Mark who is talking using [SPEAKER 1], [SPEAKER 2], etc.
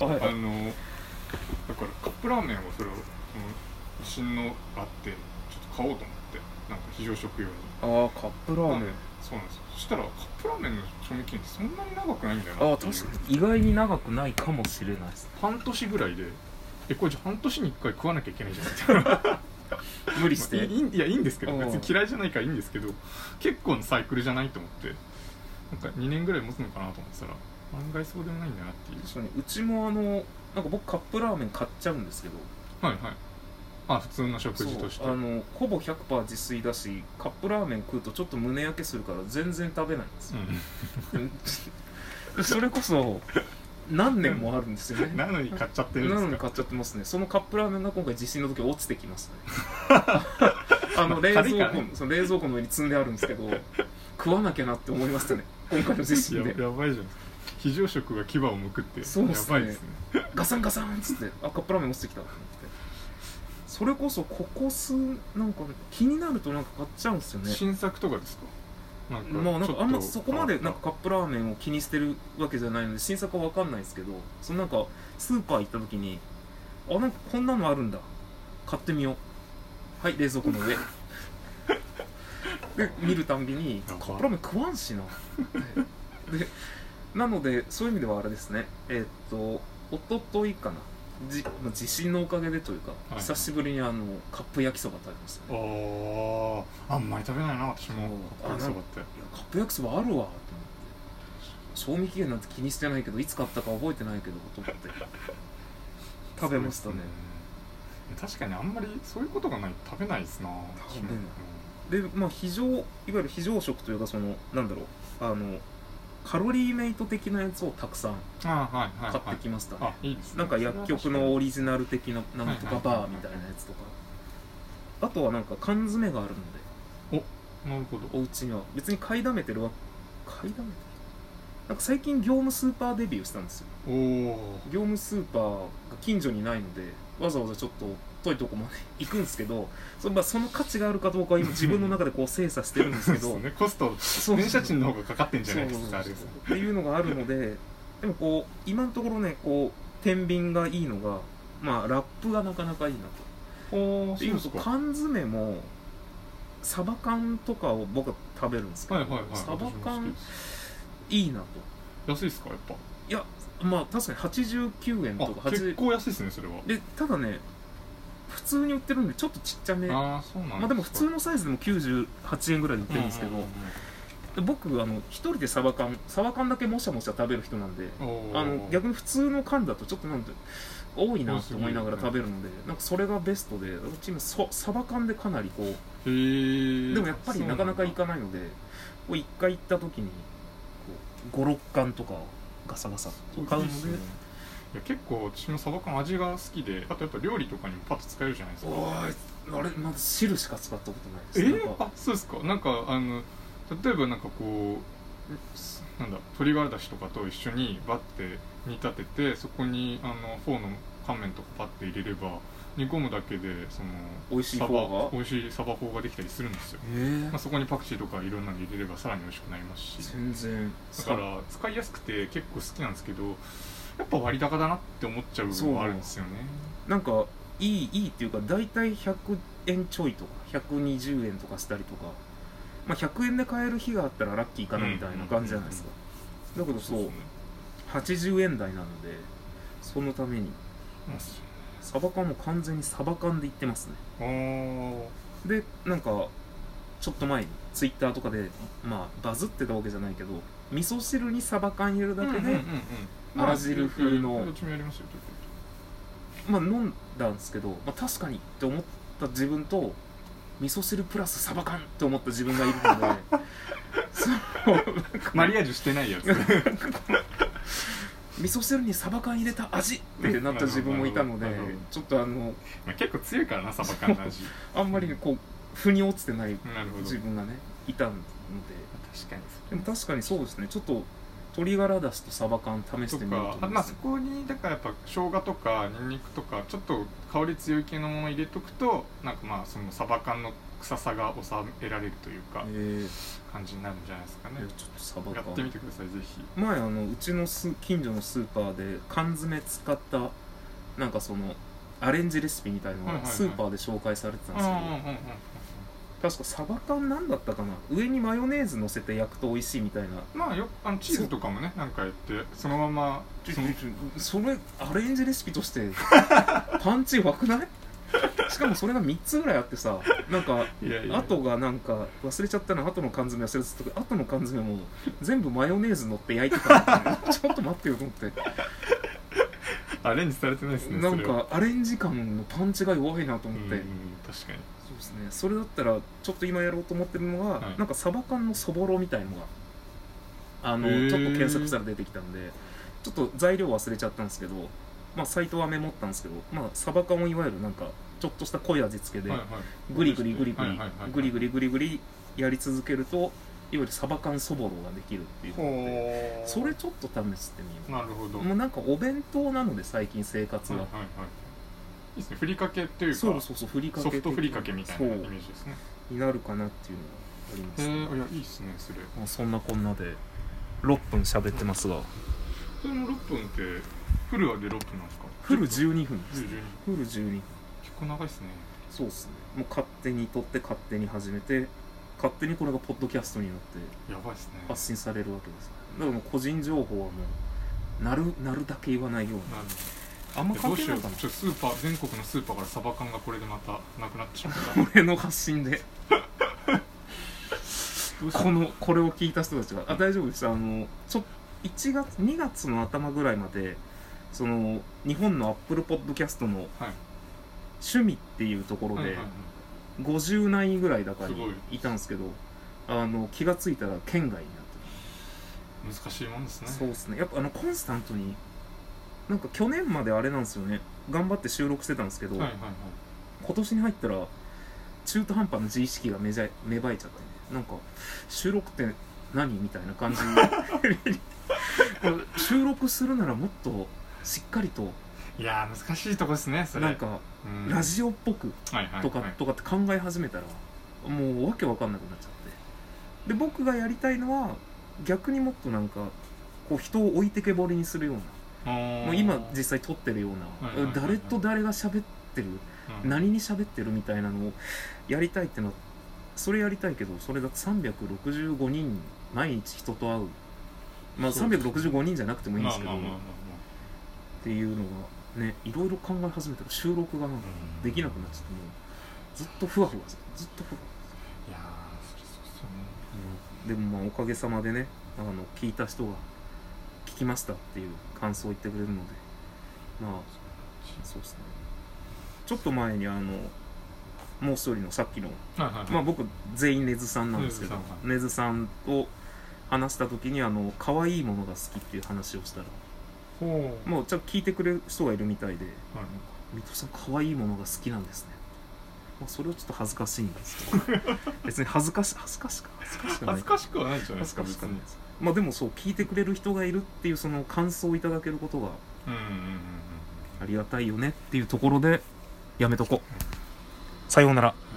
[SPEAKER 1] あ
[SPEAKER 2] あはいはい
[SPEAKER 1] のだからカップラーメンをそれをその新のあってちょっと買おうと思ってなんか非常食用に
[SPEAKER 2] あーカップラーメン
[SPEAKER 1] そうなんですよそしたらカップラーメンの賞味期限ってそんなに長くないんだ
[SPEAKER 2] あ
[SPEAKER 1] な
[SPEAKER 2] あ
[SPEAKER 1] っていう
[SPEAKER 2] 確かに意外に長くないかもしれないです
[SPEAKER 1] 半年ぐらいでえこれじゃあ半年に1回食わなきゃいけないじゃないですか
[SPEAKER 2] 無理
[SPEAKER 1] い
[SPEAKER 2] して
[SPEAKER 1] い いいやいいんですけど
[SPEAKER 2] うん
[SPEAKER 1] 別に嫌いじゃないからいいんですけど結構のサイクルじゃないと思ってなんか2年ぐらい持つのかなと思ってたら案外そうでもないんだなっていう
[SPEAKER 2] 確かにうちもあのなんか僕カップラーメン買っちゃうんですけど
[SPEAKER 1] はいはいあ普通の食事として
[SPEAKER 2] そうあのほぼ100%自炊だしカップラーメン食うとちょっと胸焼けするから全然食べないん ですよ、それこそ何年もあるんですよ
[SPEAKER 1] う
[SPEAKER 2] ね
[SPEAKER 1] ん、な のに買っちゃってる
[SPEAKER 2] なんの
[SPEAKER 1] です
[SPEAKER 2] に
[SPEAKER 1] か
[SPEAKER 2] 買っちゃってますねそのカップラーメンが今回地震の時落ちてきますね あの冷
[SPEAKER 1] まあ
[SPEAKER 2] 蔵庫
[SPEAKER 1] 軽いからね
[SPEAKER 2] その冷蔵庫の上に積んであるんですけど食わなきゃなって思いましたね今回の地震で
[SPEAKER 1] ややばいじゃないですか非常食が牙をむくって
[SPEAKER 2] そうっ
[SPEAKER 1] や
[SPEAKER 2] すね
[SPEAKER 1] ばいですね
[SPEAKER 2] ガサンガサンっつってあカップラーメン落ちてきたと思ってそれこそここ数なんか気になるとなんか買っちゃうんですよね
[SPEAKER 1] 新作とかですかなんか
[SPEAKER 2] まあな
[SPEAKER 1] ち
[SPEAKER 2] ん
[SPEAKER 1] ょ
[SPEAKER 2] か
[SPEAKER 1] っと
[SPEAKER 2] あんまそこまでなんか
[SPEAKER 1] あ
[SPEAKER 2] カップラーメンを気にしてるわけじゃないので新作は分かんないですけどそのなんかスーパー行った時にあなんかこんなのあるんだ買ってみようはい冷蔵庫の上で見るたんびにカ
[SPEAKER 1] やば
[SPEAKER 2] ップラーメン食わんしなででなのでそういう意味ではあれですねえーっとおとといかなじまあ地震のおかげでというか、
[SPEAKER 1] はい
[SPEAKER 2] 久しぶりにあのカップ焼きそば食べましたね
[SPEAKER 1] あーあんまり食べないな私もカ
[SPEAKER 2] そう
[SPEAKER 1] ップ焼きそばって
[SPEAKER 2] いやカップ焼きそばあるわと思って賞味期限なんて気にしてないけどいつ買ったか覚えてないけどと思って食べましたね
[SPEAKER 1] うん確かにあんまりそういうことがないと食べないですな
[SPEAKER 2] 食べないでまあ非常いわゆる非常食というかそのなんだろうあのカロリーメイト的なやつをたくさん
[SPEAKER 1] 私もうんあーはいはい
[SPEAKER 2] 買
[SPEAKER 1] はい
[SPEAKER 2] ってきましたね、
[SPEAKER 1] あいいですね
[SPEAKER 2] なんか薬局のオリジナル的ななんとかバーみたいなやつとかあとはなんか缶詰があるので
[SPEAKER 1] なるほど
[SPEAKER 2] お家には別に買いだめてるわ買いだめてるなんか最近業務スーパーデビューしたんですよ
[SPEAKER 1] おお
[SPEAKER 2] 業務スーパーが近所にないのでわざわざちょっと遠いとこまで行くんですけどそ,、まあ、その価値があるかどう かは今自分の中でこう精査してるんです
[SPEAKER 1] そうで
[SPEAKER 2] け
[SPEAKER 1] す
[SPEAKER 2] ど
[SPEAKER 1] ねコスト
[SPEAKER 2] そう
[SPEAKER 1] 電車賃の方がかかってんじゃ
[SPEAKER 2] そ
[SPEAKER 1] な
[SPEAKER 2] う
[SPEAKER 1] い
[SPEAKER 2] そう
[SPEAKER 1] です
[SPEAKER 2] そ
[SPEAKER 1] か あれですね
[SPEAKER 2] うっていうのがあるのででもこう今のところねこう天秤がいいのがまあラップがなかなかいいな
[SPEAKER 1] おお
[SPEAKER 2] とで今そう
[SPEAKER 1] か
[SPEAKER 2] 缶詰もサバ缶とかを僕は食べるんですけど、
[SPEAKER 1] はいはいはい
[SPEAKER 2] サバ
[SPEAKER 1] 私も好き
[SPEAKER 2] 缶
[SPEAKER 1] です
[SPEAKER 2] いいなと
[SPEAKER 1] 安いですかやっぱ
[SPEAKER 2] いやまあ確かに89円とか
[SPEAKER 1] あ
[SPEAKER 2] 80
[SPEAKER 1] 結構安いですねそれは
[SPEAKER 2] でただね普通に売ってるんでちょっとちっちゃめま
[SPEAKER 1] ああそうなんすか
[SPEAKER 2] あでも普通のサイズでも98円ぐらいで売ってるんですけど、
[SPEAKER 1] うう
[SPEAKER 2] で僕あの一人でサバ缶サバ缶だけもしゃもしゃ食べる人なんで
[SPEAKER 1] うんうん
[SPEAKER 2] あの逆に普通の缶だとちょっとなんて多いなと思いながら
[SPEAKER 1] 多す
[SPEAKER 2] 食
[SPEAKER 1] ぎ
[SPEAKER 2] べるのでなんかそれがベストでうち今そサバ缶でかなりこう
[SPEAKER 1] へー
[SPEAKER 2] でもやっぱりなかなかいかないのでこう一回行った時に56缶とかガサガサ
[SPEAKER 1] そうなんだ
[SPEAKER 2] 買うの
[SPEAKER 1] いいっす
[SPEAKER 2] で
[SPEAKER 1] ねいや結構私もサバ缶味が好きであとやっぱ料理とかにもパッと使えるじゃないですか
[SPEAKER 2] おーいあれまだ汁しか使ったことないです
[SPEAKER 1] え
[SPEAKER 2] なん
[SPEAKER 1] ー、
[SPEAKER 2] か
[SPEAKER 1] あそうですかなんかあの例えばなんかこうなんだ鶏ガラだしとかと一緒にバッて煮立ててそこにあのフォーの乾麺とかパッて入れれば煮込むだけでその
[SPEAKER 2] 美味しいフォ
[SPEAKER 1] サ
[SPEAKER 2] ー
[SPEAKER 1] バ
[SPEAKER 2] が
[SPEAKER 1] 美味しいサバフォーができたりするんですよ、
[SPEAKER 2] えー
[SPEAKER 1] まあ、そこにパクチーとかいろんなの入れればさらに美味しくなりますし
[SPEAKER 2] 全然
[SPEAKER 1] だから使いやすくて結構好きなんですけどやっぱ割高だなって思っちゃう部分はあるんですよね
[SPEAKER 2] なんかいいいいっていうか大体100円ちょいとか120円とかしたりとか、まあ、100円で買える日があったらラッキーかなみたいな感じじゃないですか、だけどそう
[SPEAKER 1] ですね
[SPEAKER 2] 80円台なのでそのために
[SPEAKER 1] なんですよ
[SPEAKER 2] サバ缶も完全にサバ缶でいってますね
[SPEAKER 1] あー
[SPEAKER 2] でなんかちょっと前にツイッターとかでまあバズってたわけじゃないけど味噌汁にサバ缶入れるだけで、
[SPEAKER 1] うんうんうんうんまあ
[SPEAKER 2] バラ汁風の
[SPEAKER 1] どっちもやりますよちょっと
[SPEAKER 2] まあ飲んだんですけど、まあ、確かにって思った自分と味噌汁プラスサバ缶って思った自分がい るのでその
[SPEAKER 1] マリアージュして ないやつ
[SPEAKER 2] 味噌汁にサバ缶入れた味ってなった自分もいたので
[SPEAKER 1] なるほど
[SPEAKER 2] ちょっとあの
[SPEAKER 1] まあ結構強いからなサバ缶の 味
[SPEAKER 2] あんまりこう腑に落ちてない
[SPEAKER 1] なるほど
[SPEAKER 2] 自分がねいたので
[SPEAKER 1] 確かに
[SPEAKER 2] でも確かにそうですねちょっと鶏ガラだしとサバ缶試し
[SPEAKER 1] と
[SPEAKER 2] てみようと
[SPEAKER 1] か
[SPEAKER 2] 思
[SPEAKER 1] あ
[SPEAKER 2] い
[SPEAKER 1] ま
[SPEAKER 2] ま
[SPEAKER 1] あ
[SPEAKER 2] す
[SPEAKER 1] そこにだからやっぱ生姜とかニンニクとかちょっと香り強い系のもの入れとくとなんかまあそのサバ缶の臭さが抑えられるというか
[SPEAKER 2] え
[SPEAKER 1] 感じになるんじゃないですかね
[SPEAKER 2] えちょっとサバ
[SPEAKER 1] や
[SPEAKER 2] 缶
[SPEAKER 1] ってみてくださいぜひ
[SPEAKER 2] 前あのうちのす近所のスーパーで缶詰使ったなんかそのアレンジレシピみたいの
[SPEAKER 1] はいはい
[SPEAKER 2] が
[SPEAKER 1] はい
[SPEAKER 2] スーパーで紹介されてたんですけど、確かサバ缶なんだったかな上にマヨネーズ乗せて焼くと美味しいみたいな
[SPEAKER 1] まあよあのチーズとかもねなんかやってそのままその
[SPEAKER 2] それアレンジレシピとしてパンチ弱くないしかもそれが3つぐらいあってさなんか
[SPEAKER 1] いやいや
[SPEAKER 2] 後がなんか忘れちゃったな後の缶詰忘れてたけど後の缶詰も全部マヨネーズ乗って焼いてたんだよねちょっと待ってよと思って
[SPEAKER 1] アレンジされてないですね
[SPEAKER 2] な
[SPEAKER 1] そ
[SPEAKER 2] ん
[SPEAKER 1] れは
[SPEAKER 2] かアレンジ感のパンチが弱いなと
[SPEAKER 1] うん
[SPEAKER 2] 思
[SPEAKER 1] うん
[SPEAKER 2] って、
[SPEAKER 1] 確かに
[SPEAKER 2] そうですねそれだったらちょっと今やろうと思ってるのが、
[SPEAKER 1] はい
[SPEAKER 2] なんかサバ缶のそぼろみたいのがあの
[SPEAKER 1] へー
[SPEAKER 2] ちょっと検索したら出てきたんでちょっと材料忘れちゃったんですけどまあサイトはメモったんですけどまあサバ缶をいわゆるなんかちょっとした濃い味付けで
[SPEAKER 1] はいはい
[SPEAKER 2] グリグリグリグ
[SPEAKER 1] はい
[SPEAKER 2] リ
[SPEAKER 1] はいはいはい
[SPEAKER 2] グリグリグリグリやり続けるといわゆるサバ缶そぼろができるっていうの
[SPEAKER 1] ほ
[SPEAKER 2] で
[SPEAKER 1] ー
[SPEAKER 2] それちょっと試してみよ
[SPEAKER 1] なるほど
[SPEAKER 2] うもうなんかお弁当なので最近生活
[SPEAKER 1] はい
[SPEAKER 2] が
[SPEAKER 1] はいはいいいですねふりかけっていうか
[SPEAKER 2] そうそうそうふりかけ
[SPEAKER 1] ソフトふりかけみたいなイメ
[SPEAKER 2] そう
[SPEAKER 1] ージですね
[SPEAKER 2] になるかなっていうのがありま
[SPEAKER 1] へ
[SPEAKER 2] す、
[SPEAKER 1] えいやいいですねそれ
[SPEAKER 2] まあ、そんなこんなで6分喋ってますが
[SPEAKER 1] それも6分ってフルはで6分なんですか
[SPEAKER 2] フル12分
[SPEAKER 1] フル12
[SPEAKER 2] フル12分
[SPEAKER 1] 結構長いですね
[SPEAKER 2] そうですねもう勝手に撮って勝手に始めて勝手にこれがポッドキャストになって
[SPEAKER 1] やばいですね
[SPEAKER 2] 発信されるわけですだからもう個人情報はもうなるなるだけ言わないように
[SPEAKER 1] なる
[SPEAKER 2] あんま
[SPEAKER 1] ほどどう
[SPEAKER 2] 関係
[SPEAKER 1] し
[SPEAKER 2] な
[SPEAKER 1] よ
[SPEAKER 2] いうかな
[SPEAKER 1] ちょっとスーパー全国のスーパーからサバ缶がこれでまたなくなってしまった
[SPEAKER 2] 俺の発信で
[SPEAKER 1] どうしよ
[SPEAKER 2] このこれを聞いた人たちがあ大丈夫ですあのちょ1月2月の頭ぐらいまでその日本のアップルポッドキャストの
[SPEAKER 1] はい
[SPEAKER 2] 趣味っていうところ
[SPEAKER 1] う
[SPEAKER 2] で、
[SPEAKER 1] はいはいはい
[SPEAKER 2] 50何位ぐらいだから
[SPEAKER 1] すごい
[SPEAKER 2] いたんですけどあの気がついたら県外になって
[SPEAKER 1] 難しいもんです
[SPEAKER 2] る
[SPEAKER 1] ね
[SPEAKER 2] そうですねやっぱあのコンスタントになんか去年まであれなんですよね頑張って収録してたんですけ
[SPEAKER 1] は
[SPEAKER 2] ど、
[SPEAKER 1] いはいはい
[SPEAKER 2] 今年に入ったら中途半端な自意識が芽生え芽生えちゃってねなんか収録って何みたいな感じ に収録するならもっとしっかりと
[SPEAKER 1] いやー難しいとこですねそれ
[SPEAKER 2] なんか
[SPEAKER 1] うん
[SPEAKER 2] ラジオっぽく
[SPEAKER 1] はいはいはい
[SPEAKER 2] とかとかって考え始めたらもうわけわかんなくなっちゃってで僕がやりたいのは逆にもっとなんかこう人を置いてけぼりにするような
[SPEAKER 1] あー
[SPEAKER 2] もう今実際撮ってるよう
[SPEAKER 1] はいはいは
[SPEAKER 2] な
[SPEAKER 1] いはい
[SPEAKER 2] 誰と誰が喋ってる
[SPEAKER 1] うん
[SPEAKER 2] 何に喋ってるみたいなのをやりたいってのはそれやりたいけどそれが365人毎日人と会うまあ
[SPEAKER 1] そうですね
[SPEAKER 2] 365人じゃなくてもいいんですけど
[SPEAKER 1] まあまあまあまあ
[SPEAKER 2] っていうのがねいろいろ考え始めたら収録がなんか
[SPEAKER 1] まあ
[SPEAKER 2] できなくなっちゃってもうずっとふわふわずっとふわ
[SPEAKER 1] いやーそれそうっすよね
[SPEAKER 2] でもまあおかげさまでねあの聞いた人が聞きましたっていう感想を言ってくれるのでまあそうですねちょっと前にあのもう一人のさっきの、
[SPEAKER 1] はいはいはい
[SPEAKER 2] まあ、僕全員根津さんなんですけど
[SPEAKER 1] 根津さんはい
[SPEAKER 2] 根津さんと話した時にあの可愛いものが好きっていう話をしたら
[SPEAKER 1] ほう
[SPEAKER 2] もうちょっと聞いてくれる人がいるみたいで
[SPEAKER 1] はい
[SPEAKER 2] 水戸さん可愛いものが好きなんですね、まあ、それはちょっと恥ずかしいんですけど 別に恥ずかし恥ずかしか恥ずかしくない
[SPEAKER 1] 恥ずかしくはないんじゃないで
[SPEAKER 2] 恥
[SPEAKER 1] す
[SPEAKER 2] ず
[SPEAKER 1] か
[SPEAKER 2] かし
[SPEAKER 1] 別
[SPEAKER 2] くない
[SPEAKER 1] に
[SPEAKER 2] ですまあでもそう聞いてくれる人がいるっていうその感想をいただけることが
[SPEAKER 1] うんうんうんうんうん
[SPEAKER 2] ありがたいよねっていうところでやめとこうさようなら
[SPEAKER 1] はい